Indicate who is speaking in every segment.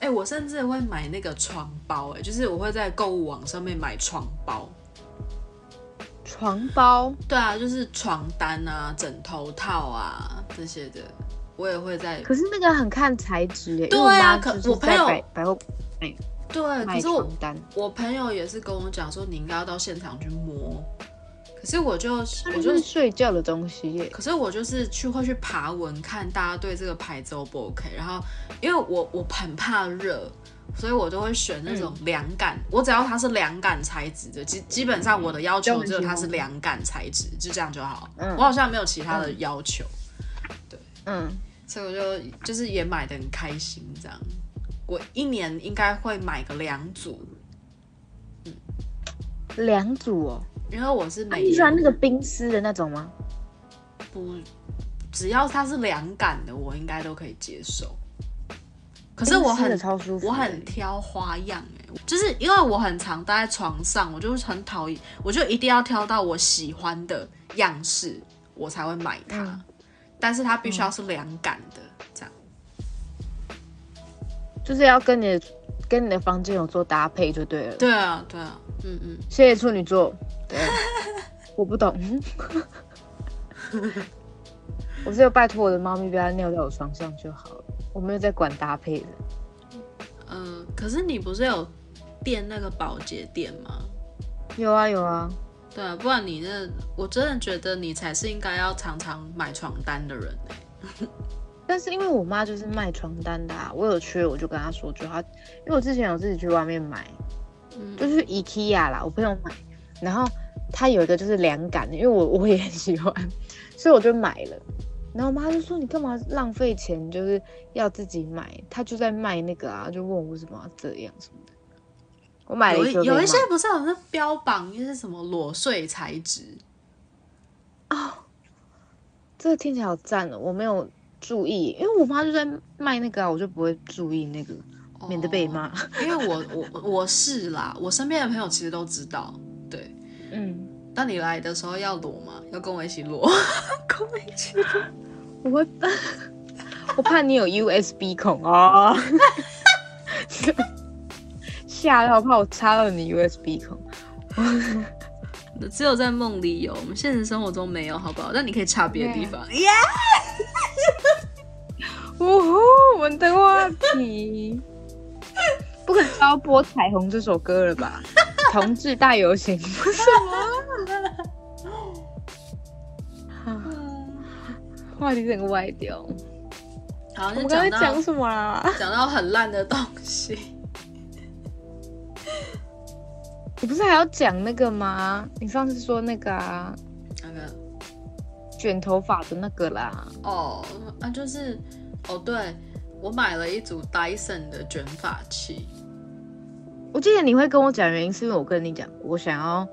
Speaker 1: 哎、我甚至会买那个床包、哎，就是我会在购物网上面买床包。
Speaker 2: 床包
Speaker 1: 对啊，就是床单啊、枕头套啊这些的，我也会在。
Speaker 2: 可是那个很看材质耶，
Speaker 1: 对
Speaker 2: 因为
Speaker 1: 啊
Speaker 2: 妈
Speaker 1: 可
Speaker 2: 就是
Speaker 1: 我朋友
Speaker 2: 在百百货
Speaker 1: 对，可
Speaker 2: 买
Speaker 1: 是我嗯
Speaker 2: 床单，
Speaker 1: 我朋友也是跟我讲说，你应该要到现场去摸。可是我就
Speaker 2: 那
Speaker 1: 我
Speaker 2: 就
Speaker 1: 就是
Speaker 2: 睡觉的东西耶。
Speaker 1: 可是我就是去会去爬文看大家对这个牌子 O 不 OK，然后因为我我很怕热，所以我都会选那种
Speaker 2: 嗯
Speaker 1: 凉感，我只要它是凉感材质的，基基本上我的要求只有它是凉感材质，就这样就好。
Speaker 2: 嗯
Speaker 1: 我好像没有其他的要求，
Speaker 2: 嗯，
Speaker 1: 所以我就就是也买的很开心这样。我一年应该会买个两组，
Speaker 2: 两组哦。
Speaker 1: 因为我是
Speaker 2: 那
Speaker 1: 每
Speaker 2: 你喜欢那
Speaker 1: 人
Speaker 2: 个冰丝的那种吗？
Speaker 1: 不，只要它是凉感的，我应该都可以接受。可是我
Speaker 2: 冰丝
Speaker 1: 很
Speaker 2: 的超舒服的，
Speaker 1: 我很挑花样哎、就是因为我很常待在床上，我就是很讨厌，我就一定要挑到我喜欢的样式，我才会买它。
Speaker 2: 嗯
Speaker 1: 但是它必须要是凉感的，这样。
Speaker 2: 就是要跟你的跟你的房间有做搭配就对了。
Speaker 1: 对啊，对啊，嗯嗯，
Speaker 2: 谢谢处女座。 对，我不懂。我只有拜托我的猫咪不要尿在我床上就好了，我没有在管搭配的。
Speaker 1: 呃，可是你不是有垫那个保洁垫吗？
Speaker 2: 有啊有啊，
Speaker 1: 对啊，不然你那，我真的觉得你才是应该要常常买床单的人哎、
Speaker 2: 但是因为我妈就是卖床单的、啊，我有缺我就跟她说就好，因为我之前有自己去外面买，
Speaker 1: 嗯
Speaker 2: 就是 IKEA 啦，我朋友买，然后它有一个就是凉感的，因为我我也很喜欢，所以我就买了。然后我妈就说：“你干嘛浪费钱？就是要自己买。”她就在卖那个啊，就问我为什么要这样什么的。我买了
Speaker 1: 有
Speaker 2: 一
Speaker 1: 一
Speaker 2: 个被骂，
Speaker 1: 有一些不是有那标榜就是什么裸睡材质，
Speaker 2: 这个听起来好赞哦，我没有注意，因为我妈就在卖那个啊，我就不会注意那个，免得被
Speaker 1: 哦
Speaker 2: 骂。
Speaker 1: 因为我我我是啦，我身边的朋友其实都知道。对，
Speaker 2: 嗯。
Speaker 1: 当你来的时候要裸吗？要跟我一起裸， 跟我一起裸。
Speaker 2: 我会， 我怕你有 USB 孔哦， 吓到，怕我插到你 USB 孔。
Speaker 1: 只有在梦里有，我们现实生活中没有，好不好？但你可以查别的地方。
Speaker 2: 呜呼，我们的话题，不可能是要播《彩虹》这首歌了 吧？同志大游行，不是吗？话题整个歪掉。
Speaker 1: 好，
Speaker 2: 我
Speaker 1: 就
Speaker 2: 们刚才
Speaker 1: 讲到
Speaker 2: 讲什么啊啦？
Speaker 1: 讲到很烂的东西。
Speaker 2: 你不是还要讲那个吗？你上次说那个啊，
Speaker 1: 那个
Speaker 2: 卷头发的那个啦。
Speaker 1: 哦啊，就是哦，对我买了一组 Dyson 的卷发器。
Speaker 2: 我记得你会跟我讲原因，是因为我跟你讲，我想要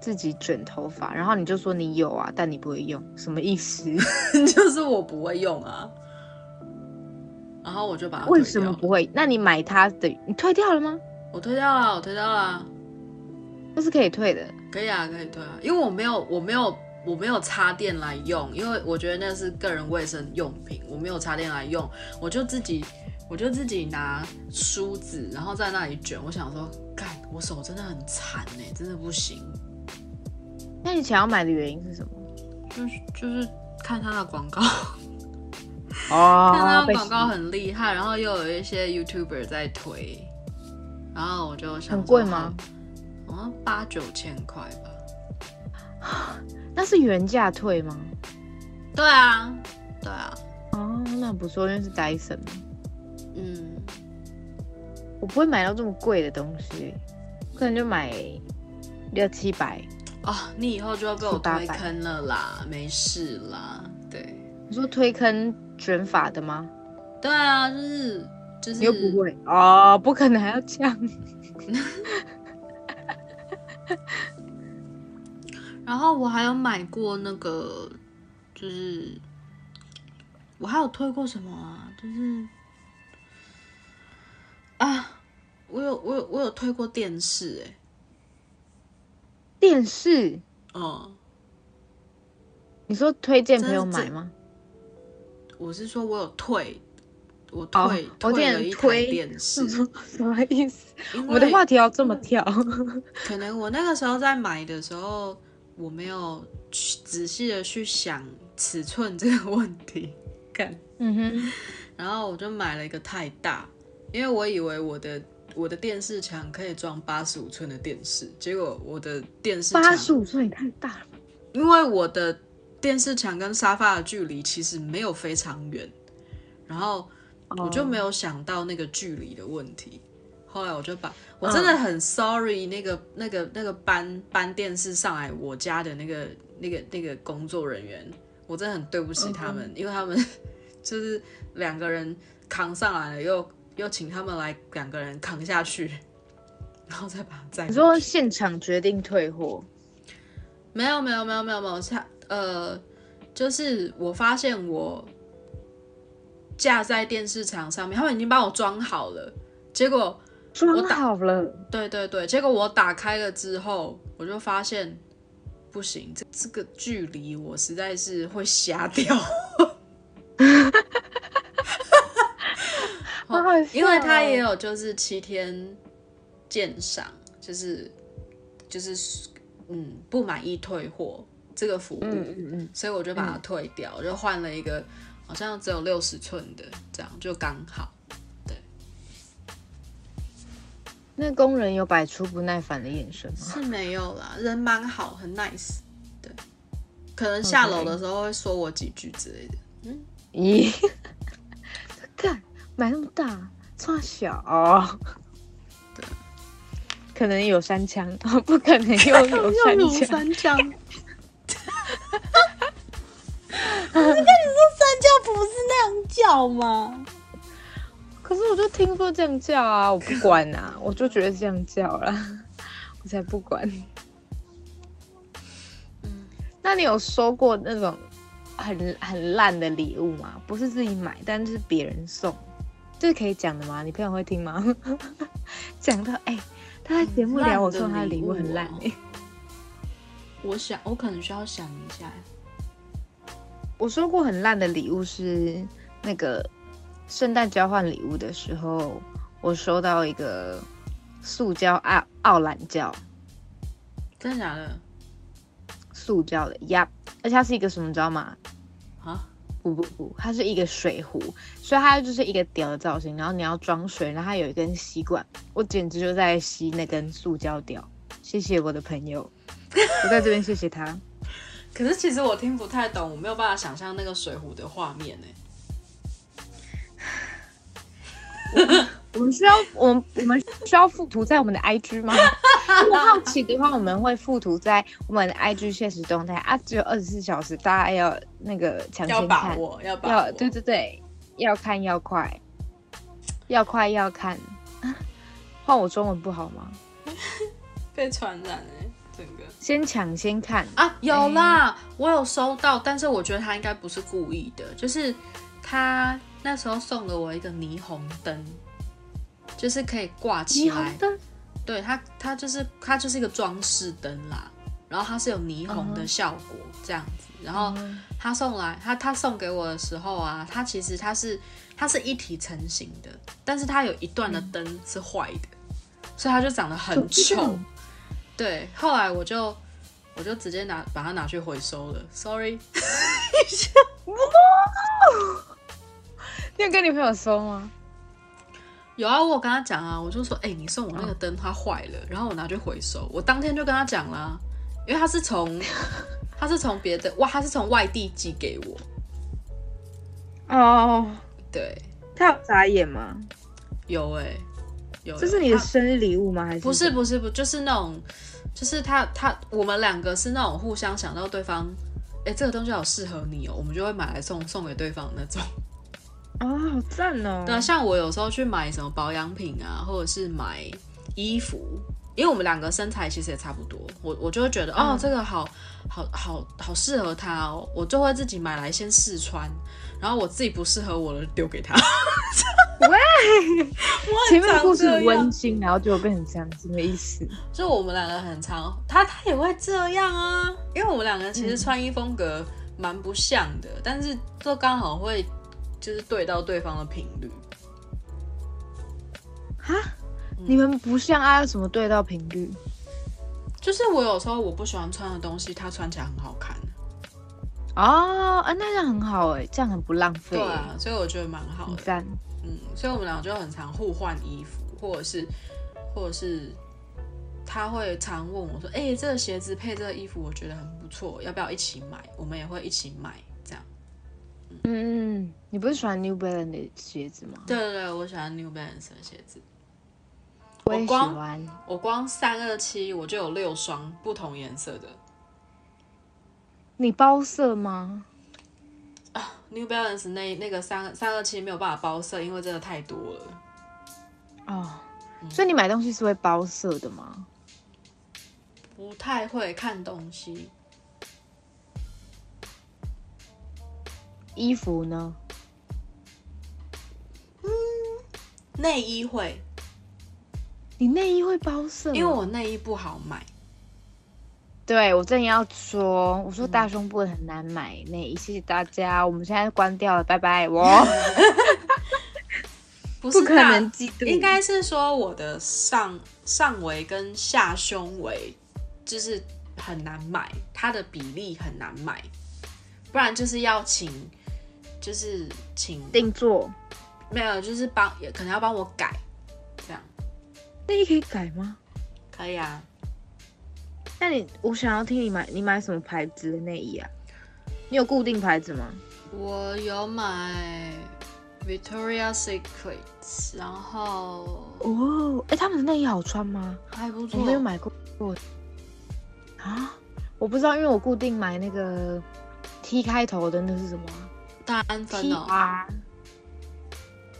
Speaker 2: 自己卷头发，然后你就说你有啊，但你不会用，什么意思？
Speaker 1: 就是我不会用啊，然后我就把它
Speaker 2: 为
Speaker 1: 退
Speaker 2: 什
Speaker 1: 掉
Speaker 2: 么
Speaker 1: 了
Speaker 2: 不会？那你买它的，你退掉了吗？
Speaker 1: 我退掉了，我退掉了，
Speaker 2: 那是可以退的。
Speaker 1: 可以啊，可以退啊，因为我没有，我没有，我没有插电来用，因为我觉得那是个人卫生用品，我没有插电来用，我就自己，我就自己拿梳子，然后在那里卷。我想说，干，我手真的很残哎、真的不行，
Speaker 2: 那你想要买的原因是什么？
Speaker 1: 就是就是看他的广告。 看
Speaker 2: 哦
Speaker 1: 他的广告很厉害，然后又有一些 YouTuber 在推，然后我就想说
Speaker 2: 很贵吗？
Speaker 1: 好像八九千块吧。
Speaker 2: 那是原价退吗？
Speaker 1: 对啊，对啊，
Speaker 2: 哦，那不错，因为是 Dyson 嘛。
Speaker 1: 嗯，
Speaker 2: 我不会买到这么贵的东西，可能就买六七百。
Speaker 1: 哦，你以后就要被我
Speaker 2: 七八百
Speaker 1: 推坑了啦，没事啦，对，
Speaker 2: 你说推坑卷发的吗？
Speaker 1: 对啊，就是就是
Speaker 2: 你又不会哦，不可能还要这样。
Speaker 1: 然后我还有买过那个，就是我还有推过什么啊？就是啊，我有我有我有推过电视哎、
Speaker 2: 电视。
Speaker 1: 嗯，
Speaker 2: 你说推荐朋友买吗？
Speaker 1: 我是说我有退我退、
Speaker 2: 哦我有
Speaker 1: 退
Speaker 2: 点
Speaker 1: 了一台
Speaker 2: 推
Speaker 1: 电视，
Speaker 2: 什么意思？
Speaker 1: 因
Speaker 2: 我们的
Speaker 1: 为
Speaker 2: 话题要这么跳？
Speaker 1: 可能我那个时候在买的时候，我没有去仔细的去想尺寸这个问题，干，
Speaker 2: 嗯哼，
Speaker 1: 然后我就买了一个太大，因为我以为我的我的电视墙可以装八十五寸的电视，结果我的电视
Speaker 2: 八
Speaker 1: 墙
Speaker 2: 十五岁也太大了吧。
Speaker 1: 因为我的电视墙跟沙发的距离其实没有非常远，然后我
Speaker 2: 哦
Speaker 1: 就没有想到那个距离的问题。后来我就把我真的很 sorry 那个那个那个搬搬电视上来我家的那个那个那个工作人员，我真的很对不起他们，因为他们 就是两个人扛上来了，又又请他们来两个人扛下去，然后再把它载
Speaker 2: 你
Speaker 1: 回去。
Speaker 2: 说现场决定退货，
Speaker 1: 没有没有没有没有没有，他呃，就是我发现我架在电视墙上面，他们已经帮我装好了，结果
Speaker 2: 装
Speaker 1: 打
Speaker 2: 好了，
Speaker 1: 对对对，结果我打开了之后，我就发现不行，这这个距离我实在是会瞎掉，
Speaker 2: 好好笑
Speaker 1: 因为它也
Speaker 2: 哦
Speaker 1: 有就是七天鉴赏，就是就是嗯不满意退货这个服务，
Speaker 2: 嗯嗯嗯，
Speaker 1: 所以我就把它退掉，我就换了一个好像只有六十寸的，这样就刚好。
Speaker 2: 那工人有摆出不耐烦的眼神吗？
Speaker 1: 是没有啦，人蛮好，很 nice。对，可能下
Speaker 2: OK
Speaker 1: 楼的时候会说我几句之类的。
Speaker 2: 咦，干买那么大，这小，
Speaker 1: 对，
Speaker 2: 可能有三枪， 不可能 又有三枪，
Speaker 1: 枪。 我是跟你说，三叫不是那样叫吗？
Speaker 2: 可是我就听说这样叫啊，我不管啊，我就觉得这样叫啦， 我才不管。
Speaker 1: 嗯
Speaker 2: 那你有收过那种很很烂的礼物吗？不是自己买，但是别人送，这是可以讲的吗？你朋友会听吗？ 讲到哎、他在节目聊我送他的礼物很烂、
Speaker 1: 很烂的
Speaker 2: 哎，
Speaker 1: 哦我想，我可能需要想一下。
Speaker 2: 我收过很烂的礼物是那个圣诞交换礼物的时候，我收到一个塑胶奥奥兰胶，
Speaker 1: 真的假的？
Speaker 2: 塑胶的呀，而且它是一个什么，你知道吗？
Speaker 1: 啊？
Speaker 2: 不不不，它是一个水壶，所以它就是一个屌的造型。然后你要装水，然后它有一根吸管，我简直就在吸那根塑胶屌。谢谢我的朋友，我在这边谢谢他。
Speaker 1: 可是其实我听不太懂，我没有办法想象那个水壶的画面欸呢、
Speaker 2: 我们需要，我们我们需要附图在我们的 IG 吗？如果好奇的话，我们会附图在我们的 IG 现实动态啊，只有二十四小时，大家要那个抢
Speaker 1: 要
Speaker 2: 先
Speaker 1: 把
Speaker 2: 看，
Speaker 1: 握，要把握。
Speaker 2: 要对对对，要看要快，要快要看。 换我中文不好吗？
Speaker 1: 被传染哎、整个
Speaker 2: 先抢先看，
Speaker 1: 啊有啦，
Speaker 2: 哎
Speaker 1: 我有收到，但是我觉得他应该不是故意的，就是他那时候送了我一个霓虹灯，就是可以挂起
Speaker 2: 霓
Speaker 1: 来
Speaker 2: 虹，灯
Speaker 1: 对它它就是它就是一个装饰灯啦，然后它是有霓虹
Speaker 2: 嗯
Speaker 1: 的效果这样子，
Speaker 2: 哦
Speaker 1: 然后他送来他他送给我的时候啊，它其实它是它是一体成型的，但是它有一段的
Speaker 2: 嗯
Speaker 1: 灯是坏的，所以它就长得很丑。对，后来我就我就直接拿把它拿去回收了，sorry。
Speaker 2: 你有跟你朋友说吗？
Speaker 1: 有啊，我有跟他讲啊，我就说，哎、你送我那个灯它坏了，然后我拿去回收，我当天就跟他讲啦、因为他是从 他是从别的哇，他是从外地寄给我，
Speaker 2: 哦，
Speaker 1: 对，
Speaker 2: 他有眨眼吗？
Speaker 1: 有哎、有有
Speaker 2: 这是你的
Speaker 1: 他
Speaker 2: 生日礼物吗？还是
Speaker 1: 不是？不是不就是那种，就是他他我们两个是那种互相想到对方，哎、这个东西好适合你哦，我们就会买来送送给对方那种。
Speaker 2: 哦，好赞哦！
Speaker 1: 对啊，像我有时候去买什么保养品啊，或者是买衣服，因为我们两个身材其实也差不多，我我就会觉得、哦
Speaker 2: 嗯，
Speaker 1: 这个好好好好适合他哦，我就会自己买来先试穿，然后我自己不适合我的丢给他。
Speaker 2: 前面的故事
Speaker 1: 长这样
Speaker 2: 很温馨，然后结果变成这样，什么意思？
Speaker 1: 就我们两个很常，他他也会这样啊，因为我们两个其实穿衣风格蛮不像的，但是都刚好会就是对到对方的频率。
Speaker 2: 哈，你们不像啊？什么对到频率？
Speaker 1: 就是我有时候我不喜欢穿的东西，它穿起来很好看。
Speaker 2: 哦，啊，那这样很好哎、这样很不浪费、
Speaker 1: 对啊，所以我觉得蛮好
Speaker 2: 很
Speaker 1: 的。
Speaker 2: 赞。
Speaker 1: 嗯，所以我们俩就很常互换衣服，或者是，或者是他会常问我说：“哎、这个鞋子配这个衣服，我觉得很不错，要不要一起买？”我们也会一起买，这样。
Speaker 2: 嗯嗯，你不是喜欢 New Balance 的鞋子吗？
Speaker 1: 对对对，我喜欢 New Balance 的鞋子，
Speaker 2: 我也喜
Speaker 1: 光
Speaker 2: 欢。
Speaker 1: 我光三二七我就有六双不同颜色的
Speaker 2: 你包色吗？
Speaker 1: New Balance 那那个三三二七没有办法包色，因为真的太多了。
Speaker 2: 哦，所以你买东西是会包色的吗？
Speaker 1: 不太会看东西，
Speaker 2: 衣服呢？
Speaker 1: 内衣会，
Speaker 2: 你内衣会包色？
Speaker 1: 因为我内衣不好买。
Speaker 2: 对我正要说，我说大胸部很难买内衣，谢谢大家，我们现在关掉了，拜拜。我
Speaker 1: 不是
Speaker 2: 不可
Speaker 1: 大
Speaker 2: 能嫉妒，
Speaker 1: 应该是说我的上上围跟下胸围就是很难买，它的比例很难买，不然就是要请，就是请
Speaker 2: 定做
Speaker 1: 没有，就是帮也可能要帮我改，这样
Speaker 2: 内衣可以改吗？
Speaker 1: 可以啊。
Speaker 2: 那你我想要听你买你买什么牌子的内衣啊？你有固定牌子吗？
Speaker 1: 我有买 Victoria Secret，然后
Speaker 2: 哦，哎，他们的内衣好穿吗？
Speaker 1: 还不
Speaker 2: 我没有买过过啊，我不知道，因为我固定买那个 T 开头的那是什么啊
Speaker 1: 单分
Speaker 2: ？T
Speaker 1: 哦，
Speaker 2: R，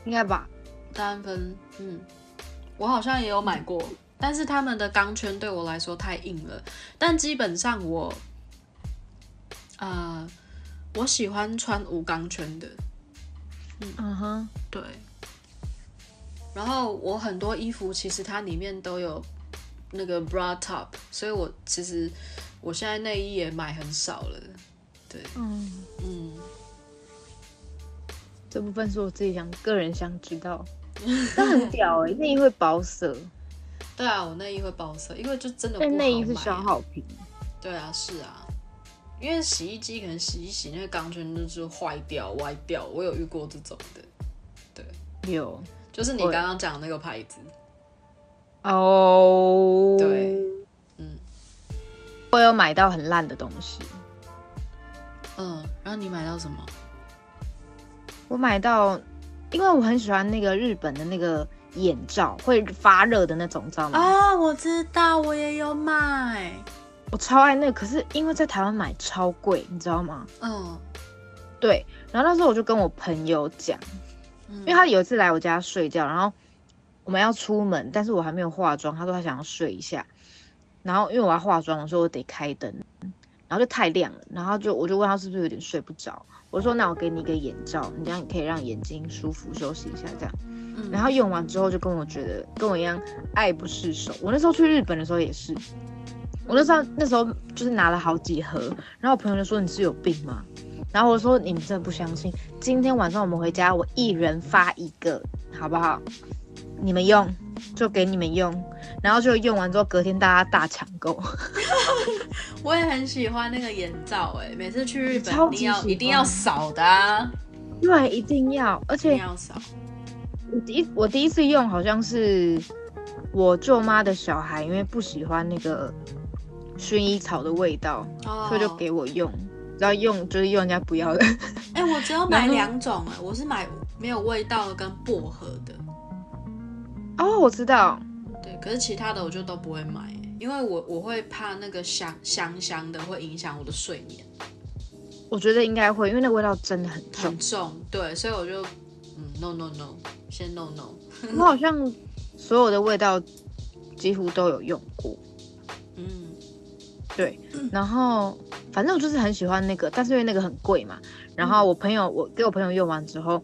Speaker 2: 应该吧？
Speaker 1: 单分，嗯，我好像也有买过，但是他们的钢圈对我来说太硬了。但基本上我，呃，我喜欢穿无钢圈的，
Speaker 2: 嗯哼，
Speaker 1: 对。然后我很多衣服其实它里面都有那个 bra top，所以我其实我现在内衣也买很少了，对，
Speaker 2: 嗯。
Speaker 1: 嗯。
Speaker 2: 这部分是我自己想个人想知 道，但很屌哎、内衣会保色，
Speaker 1: 对啊，我内衣会包色，因为就真的不好
Speaker 2: 但
Speaker 1: 买。啊
Speaker 2: 内衣是消耗品。
Speaker 1: 对啊，是啊，因为洗衣机可能洗一洗，那个钢圈就是坏掉、歪掉，我有遇过这种的，
Speaker 2: 有
Speaker 1: 就是你
Speaker 2: 会
Speaker 1: 刚刚讲的那个牌子，
Speaker 2: 哦
Speaker 1: 对，嗯
Speaker 2: 我有买到很烂的东西，
Speaker 1: 嗯，然后你买到什么？
Speaker 2: 我买到，因为我很喜欢那个日本的那个眼罩，会发热的那种，你知道吗？
Speaker 1: 啊、我知道，我也有买，
Speaker 2: 我超爱那个，可是因为在台湾买超贵，你知道吗？
Speaker 1: 嗯
Speaker 2: 对，然后那时候我就跟我朋友讲，
Speaker 1: 嗯
Speaker 2: 因为他有一次来我家睡觉，然后我们要出门，但是我还没有化妆，他说他想要睡一下，然后因为我要化妆，我说我得开灯，然后就太亮了，然后就我就问他是不是有点睡不着，我说那我给你一个眼罩，你这样可以让眼睛舒服休息一下这样，
Speaker 1: 嗯
Speaker 2: 然后用完之后就跟我觉得跟我一样爱不释手，我那时候去日本的时候也是，我那时候那时候就是拿了好几盒，然后我朋友就说你是有病吗？然后我说你们真的不相信，今天晚上我们回家，我一人发一个，好不好？你们用就给你们用，然后就用完之后，隔天大家大抢购，
Speaker 1: 我也很喜欢那个眼罩、哎，每次去日本
Speaker 2: 超
Speaker 1: 一
Speaker 2: 级
Speaker 1: 定要
Speaker 2: 喜欢
Speaker 1: 一定要扫的、啊，
Speaker 2: 对，一定要。
Speaker 1: 一
Speaker 2: 而
Speaker 1: 定
Speaker 2: 且
Speaker 1: 要扫，
Speaker 2: 我第一我第一次用好像是我舅妈的小孩，因为不喜欢那个薰衣草的味道，
Speaker 1: 哦
Speaker 2: 所以就给我用，然后用就是用人家不要的。
Speaker 1: 哎、我只有买
Speaker 2: 然后
Speaker 1: 两种、哎，我是买没有味道的跟薄荷的，
Speaker 2: 哦，我知道，
Speaker 1: 对，可是其他的我就都不会买欸，因为我我会怕那个香香香的会影响我的睡眠，
Speaker 2: 我觉得应该会，因为那个味道真的很重
Speaker 1: 很。重，对，所以我就嗯 no no no，先 no no，
Speaker 2: 我好像所有的味道几乎都有用过，
Speaker 1: 嗯
Speaker 2: 对。然后反正我就是很喜欢那个，但是因为那个很贵嘛。然后我朋友，我给我朋友用完之后，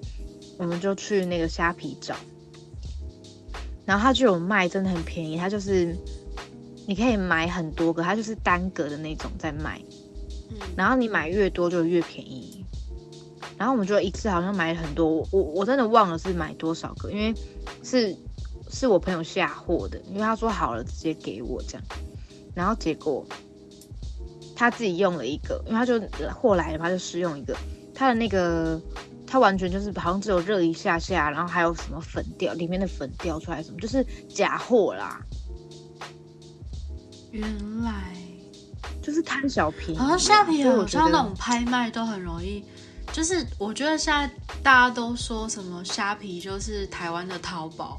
Speaker 2: 我们就去那个虾皮找，然后他就有卖，真的很便宜，他就是。你可以买很多个，它就是单个的那种在卖，
Speaker 1: 嗯，
Speaker 2: 然后你买越多就越便宜。然后我们就一次好像买了很多，我我我真的忘了是买多少个，因为是是我朋友下货的，因为他说好了直接给我这样，然后结果他自己用了一个，因为他就货来了嘛，他就试用一个，他的那个他完全就是好像只有热一下下，然后还有什么粉掉里面的粉掉出来什么，就是假货啦，
Speaker 1: 原来
Speaker 2: 就是贪小便宜，啊
Speaker 1: 好像虾皮
Speaker 2: 所以我
Speaker 1: 好
Speaker 2: 觉
Speaker 1: 像
Speaker 2: 得
Speaker 1: 那种拍卖都很容易，就是我觉得现在大家都说什么虾皮就是台湾的淘宝，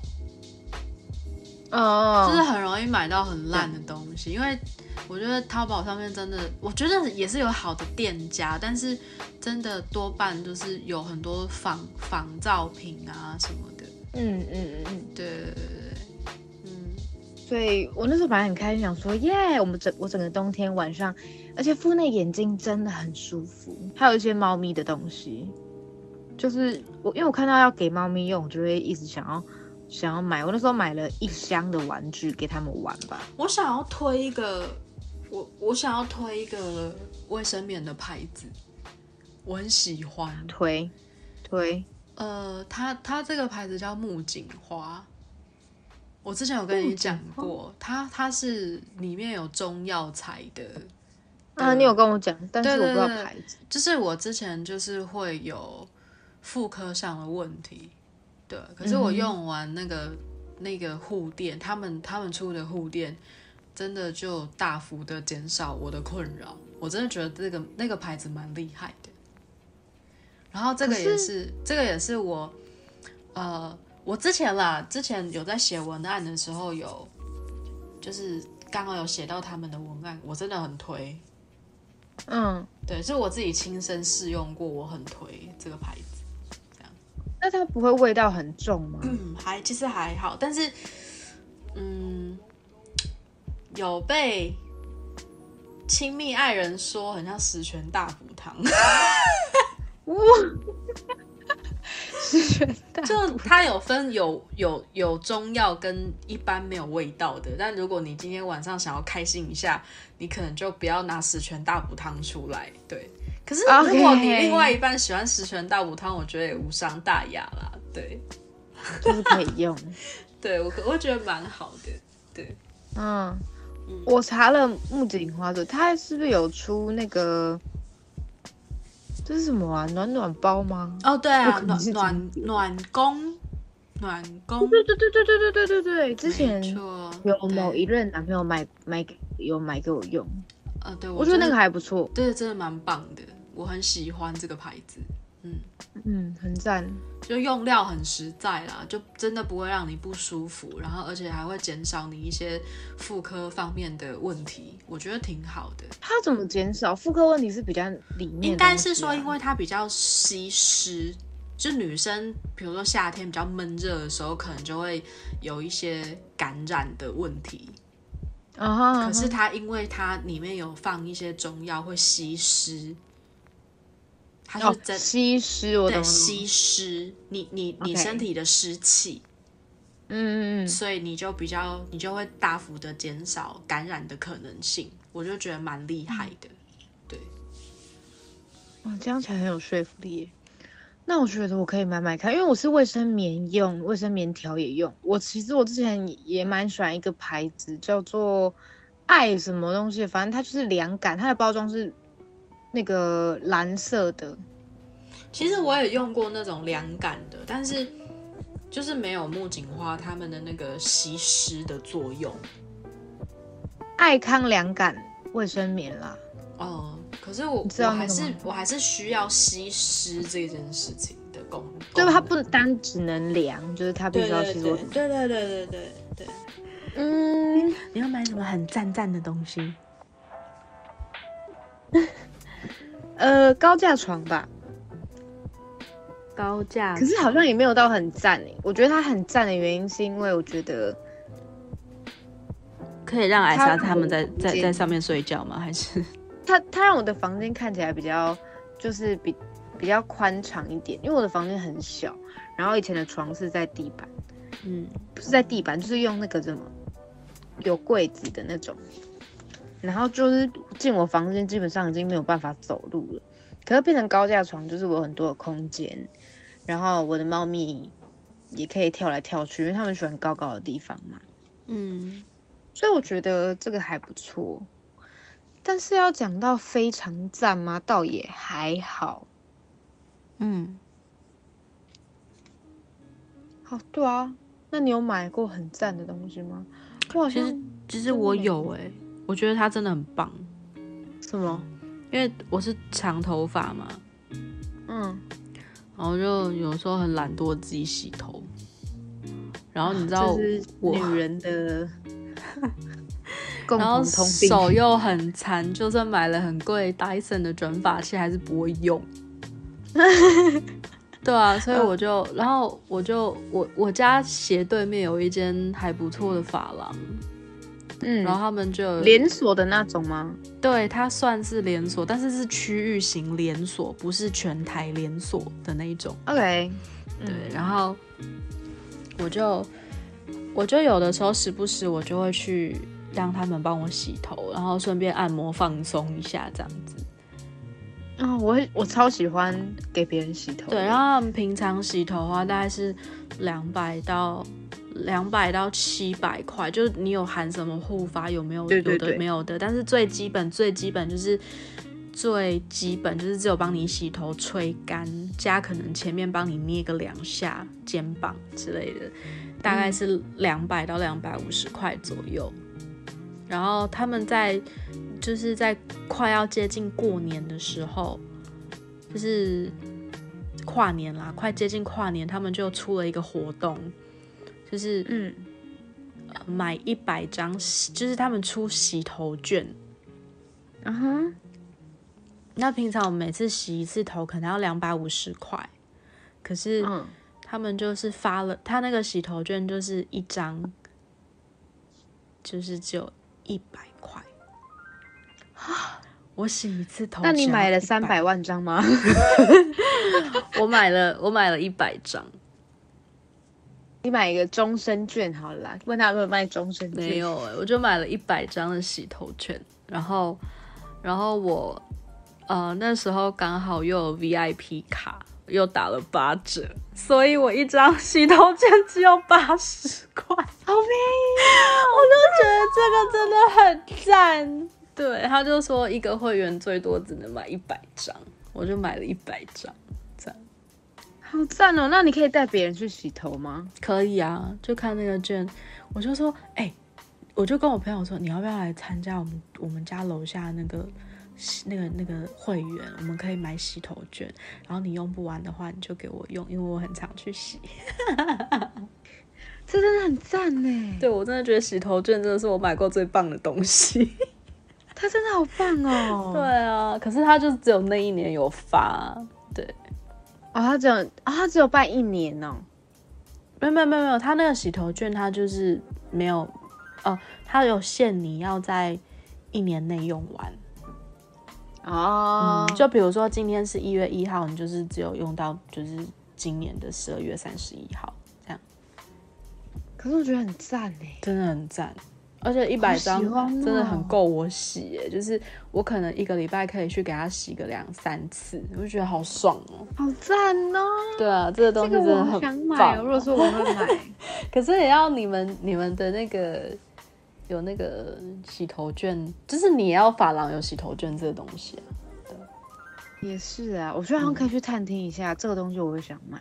Speaker 2: 哦，
Speaker 1: 就是很容易买到很烂的东西，因为我觉得淘宝上面真的，我觉得也是有好的店家，但是真的多半就是有很多仿仿造品啊什么的。
Speaker 2: 嗯嗯嗯嗯。
Speaker 1: 对对对对对，嗯，
Speaker 2: 所以我那时候本来很开心，想说耶，我们整我整个冬天晚上，而且敷那眼睛真的很舒服，还有一些猫咪的东西，就是我因为我看到要给猫咪用，我就会一直想要想要买。我那时候买了一箱的玩具给他们玩吧，
Speaker 1: 我想要推一个，我我想要推一个卫生棉的牌子，我很喜欢。
Speaker 2: 推推
Speaker 1: 呃，它它这个牌子叫木槿花，我之前有跟你讲过，它它是里面有中药材的，
Speaker 2: 啊，
Speaker 1: 对
Speaker 2: 你有跟我讲，但是
Speaker 1: 对
Speaker 2: 我
Speaker 1: 对
Speaker 2: 不知道
Speaker 1: 嗯对
Speaker 2: 牌子。
Speaker 1: 就是我之前就是会有妇科上的问题，对，可是我
Speaker 2: 嗯哼
Speaker 1: 用完那个、那个护垫，他们他们出的护垫，真的就大幅的减少我的困扰，我真的觉得这个那个牌子蛮厉害的。然后这个
Speaker 2: 可
Speaker 1: 也
Speaker 2: 是
Speaker 1: 是这个也是我，呃，我之前啦，之前有在写文案的时候有，就是刚好有写到他们的文案，我真的很推，
Speaker 2: 嗯，
Speaker 1: 对，是我自己亲身试用过，我很推这个牌子，
Speaker 2: 那它不会味道很重吗？
Speaker 1: 嗯，还其实还好，但是，嗯，有被亲密爱人说很像十全大补汤，
Speaker 2: 哇，是觉得
Speaker 1: 就它有分有有有中药跟一般没有味道的，但如果你今天晚上想要开心一下，你可能就不要拿十全大补汤出来，对。可是如果你
Speaker 2: OK
Speaker 1: 另外一半喜欢十全大补汤，我觉得也无伤大雅啦，对。
Speaker 2: 就是可以用。
Speaker 1: 对我可，我觉得蛮好的。对，
Speaker 2: 嗯
Speaker 1: 嗯，
Speaker 2: 我查了木槿花的，它是不是有出那个？这是什么啊？暖暖包吗？
Speaker 1: 哦，对啊，
Speaker 2: 我可能
Speaker 1: 暖
Speaker 2: 是
Speaker 1: 暖暖宫，暖宫，
Speaker 2: 对对对对对对对对对，之前
Speaker 1: 没错
Speaker 2: 有某
Speaker 1: 对
Speaker 2: 一任男朋友买买给有买给我用，
Speaker 1: 呃，对
Speaker 2: 我觉得那个
Speaker 1: 还
Speaker 2: 还不错，
Speaker 1: 对，真的蛮棒的，我很喜欢这个牌子。嗯，
Speaker 2: 嗯，很赞。
Speaker 1: 就用料很实在啦，就真的不会让你不舒服，然后而且还会减少你一些妇科方面的问题，我觉得挺好的。
Speaker 2: 它怎么减少妇科问题是比较里面的东西啊、
Speaker 1: 应该是说，因为它比较吸湿，就女生比如说夏天比较闷热的时候，可能就会有一些感染的问题。
Speaker 2: 啊哈，啊哈
Speaker 1: 可是它因为它里面有放一些中药会吸湿，它
Speaker 2: 哦
Speaker 1: 是真、
Speaker 2: 吸湿，我懂
Speaker 1: 对
Speaker 2: 了，
Speaker 1: 吸湿你你你
Speaker 2: OK
Speaker 1: 身体的湿气
Speaker 2: 嗯嗯嗯，
Speaker 1: 所以你就比较你就会大幅的减少感染的可能性，我就觉得蛮厉害的。对，
Speaker 2: 哇，这样才很有说服力耶。那我觉得我可以买买看，因为我是卫生棉用，卫生棉条也用。我其实我之前也蛮喜欢一个牌子，叫做爱什么东西，反正它就是凉感，它的包装是那个蓝色的。
Speaker 1: 其实我也用过那种凉感的，但是就是没有木槿花它们的那个吸湿的作用。
Speaker 2: 爱康凉感卫生棉啦。
Speaker 1: 哦、可是我
Speaker 2: 你知
Speaker 1: 我
Speaker 2: 道
Speaker 1: 还
Speaker 2: 那个吗
Speaker 1: 是我还是需要吸湿这件事情的功功能。
Speaker 2: 对，它不单只能凉，就是它必
Speaker 1: 对
Speaker 2: 须要
Speaker 1: 对
Speaker 2: 其
Speaker 1: 对
Speaker 2: 实我
Speaker 1: 对对对对对对。
Speaker 2: 嗯，
Speaker 1: 你要买什么很赞赞的东西？
Speaker 2: 呃，高架床吧，
Speaker 1: 高价
Speaker 2: 可是好像也没有到很赞诶。我觉得它很赞的原因是因为我觉得
Speaker 1: 可以让艾
Speaker 2: 它
Speaker 1: 莎
Speaker 2: 让
Speaker 1: 他们在
Speaker 2: 我
Speaker 1: 在
Speaker 2: 间
Speaker 1: 在上面睡觉吗？还是
Speaker 2: 它它让我的房间看起来比较就是比比较宽敞一点，因为我的房间很小，然后以前的床是在地板，
Speaker 1: 嗯
Speaker 2: 不是在地板，就是用那个什么有柜子的那种，然后就是进我房间基本上已经没有办法走路了，可是变成高架床，就是我有很多的空间，然后我的猫咪也可以跳来跳去，因为它们喜欢高高的地方嘛。
Speaker 1: 嗯，
Speaker 2: 所以我觉得这个还不错，但是要讲到非常赞吗？倒也还好。
Speaker 1: 嗯，
Speaker 2: 好，对啊，那你有买过很赞的东西吗？我好
Speaker 1: 其
Speaker 2: 像
Speaker 1: 实其实我有哎、我觉得它真的很棒，
Speaker 2: 什么？
Speaker 1: 因为我是长头发嘛，
Speaker 2: 嗯，
Speaker 1: 然后就有时候很懒惰自己洗头，然后你知道
Speaker 2: 这啊是
Speaker 1: 我
Speaker 2: 女 人的共
Speaker 1: 然后
Speaker 2: 同通病。
Speaker 1: 手又很残，就算买了很贵的 Dyson 的卷发器，还是不会 用。对啊，所以
Speaker 2: 嗯
Speaker 1: 我就，然后我就，我我家斜对面有一间还不错的发廊，
Speaker 2: 嗯，
Speaker 1: 然后他们就有
Speaker 2: 连锁的那种吗？
Speaker 1: 对它算是连锁，但是是区域型连锁，不是全台连锁的那一种。
Speaker 2: OK，
Speaker 1: 对，然后我就我就有的时候时不时我就会去让他们帮我洗头，然后顺便按摩放松一下这样子。
Speaker 2: 啊、我很我超喜欢给别人洗头。
Speaker 1: 对，然后他们平常洗头的话大概是两百到两百到七百块，就是你有含什么护发有没有
Speaker 2: 对对
Speaker 1: 有的
Speaker 2: 对
Speaker 1: 没有的，但是最基本最基本就是。最基本就是只有帮你洗头、吹干，加可能前面帮你捏个两下肩膀之类的，大
Speaker 2: 嗯
Speaker 1: 概是两百到两百五十块左右。然后他们在就是在快要接近过年的时候，就是跨年啦，快接近跨年，他们就出了一个活动，就是
Speaker 2: 嗯，
Speaker 1: 呃买一百张洗，就是他们出洗头券。
Speaker 2: 嗯哼，
Speaker 1: 那平常我们每次洗一次头可能要两百五十块，可是
Speaker 2: 嗯，
Speaker 1: 他们就是发了，他那个洗头券就是一张，就是只有一百块。我洗一次头，
Speaker 2: 啊那你
Speaker 1: 只要
Speaker 2: 买了
Speaker 1: 100
Speaker 2: 三？百万张吗？
Speaker 1: 我买了，我买了一百张，
Speaker 2: 你买一个终身券好了啦，问他有没有卖终身券？
Speaker 1: 没有哎、我就买了一百张的洗头券，然后，然后我，呃，那时候刚好又有 VIP 卡，又打了八折，所以我一张洗头券只有八十块。
Speaker 2: 好便
Speaker 1: 我都觉得这个真的很赞。对，他就说一个会员最多只能买一百张，我就买了一百张，这样
Speaker 2: 宜，好赞哦！那你可以带别人去洗头吗？
Speaker 1: 可以啊。就看那个券，我就说，哎、我就跟我朋友说，你要不要来参加我们我们家楼下那个洗那个那个会员，我们可以买洗头券，然后你用不完的话，你就给我用，因为我很常去洗。
Speaker 2: 这真的很赞呢，
Speaker 1: 对我真的觉得洗头券真的是我买过最棒的东西。
Speaker 2: 他真的好棒哦。
Speaker 1: 对啊，可是他就只有那一年有发，对。
Speaker 2: 哦，他只有啊、他只有办一年哦。
Speaker 1: 没有没有没有没有，他那个洗头券他就是没有，哦，他有限你要在一年内用完。
Speaker 2: 哦，
Speaker 1: 嗯就比如说今天是一月一号，你就是只有用到就是今年的十二月三十一号，这样
Speaker 2: 可是我觉得很赞呢。
Speaker 1: 真的很赞。而且一百张
Speaker 2: 喜欢哦
Speaker 1: 真的很够我洗耶，就是我可能一个礼拜可以去给他洗个两三次，我就觉得好爽哦。
Speaker 2: 好赞哦！
Speaker 1: 对啊，这个东
Speaker 2: 这
Speaker 1: 西
Speaker 2: 个
Speaker 1: 真
Speaker 2: 我
Speaker 1: 的
Speaker 2: 好
Speaker 1: 很
Speaker 2: 想买
Speaker 1: 棒
Speaker 2: 哦。如果说我会 买，
Speaker 1: 可是也要你们你们的那个有那个洗头券，就是你也要发廊有洗头券这个东西、啊。
Speaker 2: 也是啊。我觉得好像可以去探听一下这个东西，我会想买，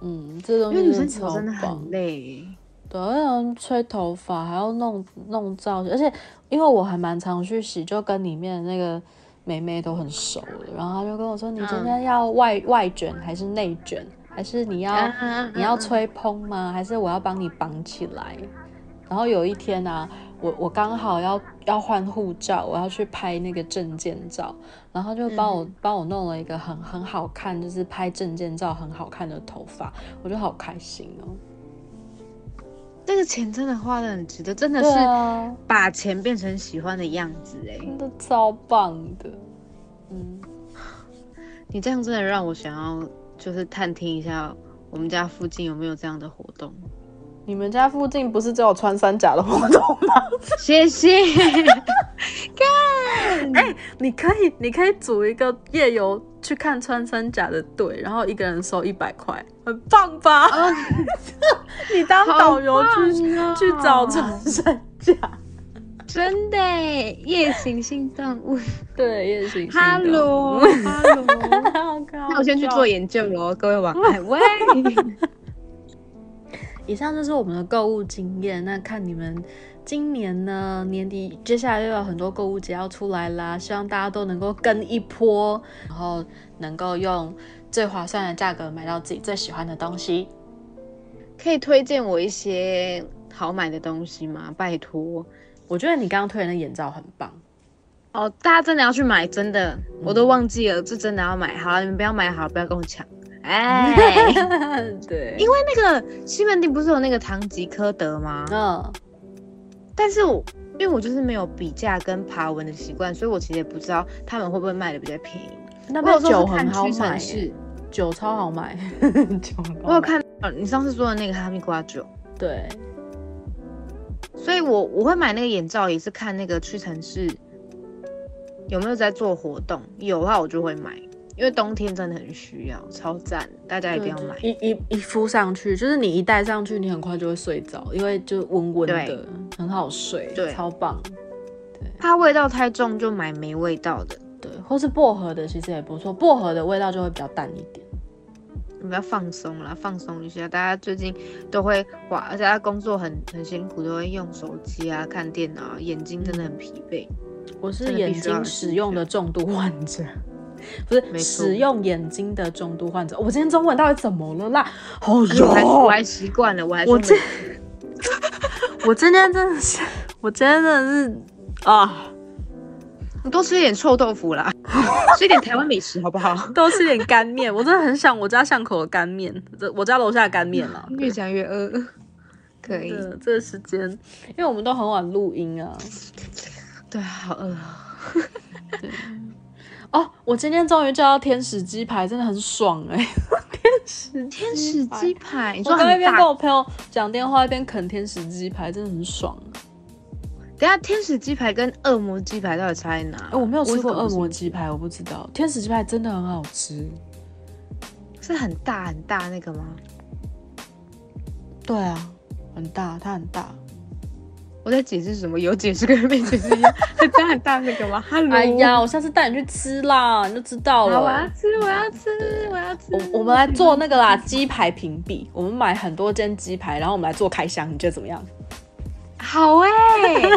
Speaker 1: 嗯，这东
Speaker 2: 因
Speaker 1: 西
Speaker 2: 为女
Speaker 1: 真的
Speaker 2: 生洗
Speaker 1: 超
Speaker 2: 头真的
Speaker 1: 棒
Speaker 2: 很。累。
Speaker 1: 对，而且吹头发还要弄弄造型，而且因为我还蛮常去洗，就跟里面的那个妹妹都很熟了。然后她就跟我说：“你
Speaker 2: 嗯
Speaker 1: 今天要外、外卷还是内卷？还是你要、
Speaker 2: 嗯嗯嗯
Speaker 1: 你要吹蓬吗？还是我要帮你绑起来？”然后有一天啊，我我刚好要要换护照，我要去拍那个证件照，然后就帮
Speaker 2: 嗯
Speaker 1: 我、帮我弄了一个很很好看，就是拍证件照很好看的头发，我就好开心哦。
Speaker 2: 这个钱真的花的很值得，真的
Speaker 1: 对
Speaker 2: 是
Speaker 1: 啊。
Speaker 2: 把钱变成喜欢的样子哎。
Speaker 1: 真的超棒的，嗯，
Speaker 2: 你这样真的让我想要就是探听一下我们家附近有没有这样的活 动。
Speaker 1: 你们家附近不是只有穿山甲的活动 吗？
Speaker 2: 谢谢。
Speaker 1: 你可以，你可以组一个夜游去看穿山甲的队，然后一个人收一百块，很棒吧？啊 你当导游去、
Speaker 2: 哦
Speaker 1: 去找穿山甲，
Speaker 3: 真的耶夜行性动物。
Speaker 1: 对，夜行性动物
Speaker 2: Hello，Hello，
Speaker 1: 好搞笑
Speaker 3: 那我先去做研究喽，各位网爱 喂。
Speaker 1: 以上就是我们的购物经验。那看你们今年呢，年底接下来又有很多购物节要出来啦，希望大家都能够跟一波，然后能够用最划算的价格买到自己最喜欢的东西。
Speaker 2: 可以推荐我一些好买的东西吗？拜托。
Speaker 1: 我觉得你刚刚推的那眼罩很棒，
Speaker 2: 哦，大家真的要去买，真的，我都忘记了，这真的要买。好了，你们不要买，好了，不要跟我抢。哎，
Speaker 1: 嗯对，
Speaker 2: 因为那个西门町不是有那个唐吉诃德吗？
Speaker 1: 嗯，
Speaker 2: 但是我因为我就是没有比价跟爬文的习惯，所以我其实也不知道他们会不会卖的比较便宜。
Speaker 1: 那
Speaker 2: 我
Speaker 1: 边
Speaker 2: 有时候
Speaker 1: 酒
Speaker 2: 是看
Speaker 1: 很好
Speaker 2: 屈臣
Speaker 1: 买
Speaker 2: 氏
Speaker 1: 耶，，哦酒超好 买，酒很好买
Speaker 2: 我有看到你上次说的那个哈密瓜酒，
Speaker 1: 对，
Speaker 2: 所以我我会买那个眼罩也是看那个屈臣氏有没有在做活动，有的话我就会买，因为冬天真的很需要，超赞，大家一定要买。
Speaker 1: 一一一敷上去，就是你一戴上去，你很快就会睡着，因为就温温的
Speaker 2: 对，
Speaker 1: 很好睡，
Speaker 2: 对
Speaker 1: 超棒。
Speaker 2: 怕味道太重就买没味道的，
Speaker 1: 对，或是薄荷的其实也不错，薄荷的味道就会比较淡一点。
Speaker 2: 你们要放松啦，放松一下。大家最近都会哇，而且大家工作很很辛苦，都会用手机啊、看电脑啊，眼睛真的很疲惫。
Speaker 1: 我是
Speaker 2: 真的
Speaker 1: 眼
Speaker 2: 必须要
Speaker 1: 睛
Speaker 2: 有
Speaker 1: 使用的重 度患者，不是
Speaker 2: 没错
Speaker 1: 使用眼睛的重度患者。我今天中文到底怎么了啦？好
Speaker 2: 而且哎我还我
Speaker 1: 哟！
Speaker 2: 还习惯了，我还
Speaker 1: 我
Speaker 2: 说
Speaker 1: 今
Speaker 2: 没
Speaker 1: 我今天真的是，我今天真的是啊，
Speaker 2: 你多吃一点臭豆腐啦， 吃一点台湾美食好不好？
Speaker 1: 多吃点干面，我真的很想我家巷口的干面，这我家楼下的干面了。
Speaker 2: 越讲越饿，可以。
Speaker 1: 对，这个时间，因为我们都很晚录音啊。
Speaker 2: 对啊，好饿啊！
Speaker 1: 哦，我今天终于叫到天使鸡排，真的很爽哎、天使
Speaker 2: 天使鸡排，你
Speaker 1: 我
Speaker 2: 说
Speaker 1: 刚刚一
Speaker 2: 很
Speaker 1: 边跟
Speaker 2: 大
Speaker 1: 我。朋友讲电话，一边啃天使鸡排，真的很爽、啊。
Speaker 2: 等一下天使鸡排跟恶魔鸡排到底差在哪？
Speaker 1: 哎、我没有吃过
Speaker 2: 可不
Speaker 1: 恶
Speaker 2: 是
Speaker 1: 魔鸡排，我不知道。天使鸡排真的很好吃。
Speaker 2: 是很大很大那个吗？
Speaker 1: 对啊，很大，它很大。
Speaker 2: 我在解释什么？有解释跟没解释一样， 很大很大那个吗？Hello，
Speaker 1: 哎呀，我下次带你去吃啦，你就知道
Speaker 2: 好，我
Speaker 1: 了
Speaker 2: 要。吃，我要吃，我要吃。
Speaker 1: 我我们来做那个啦，鸡排评比。我们买很多间鸡排，然后我们来做开箱，你觉得怎么样？
Speaker 2: 好 哎、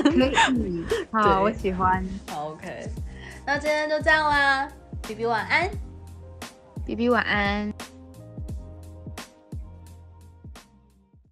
Speaker 2: 可以，
Speaker 1: 对
Speaker 2: 好，我喜欢。
Speaker 1: 好，OK，那今天就这样啦，比比晚安。
Speaker 2: B B 晚安。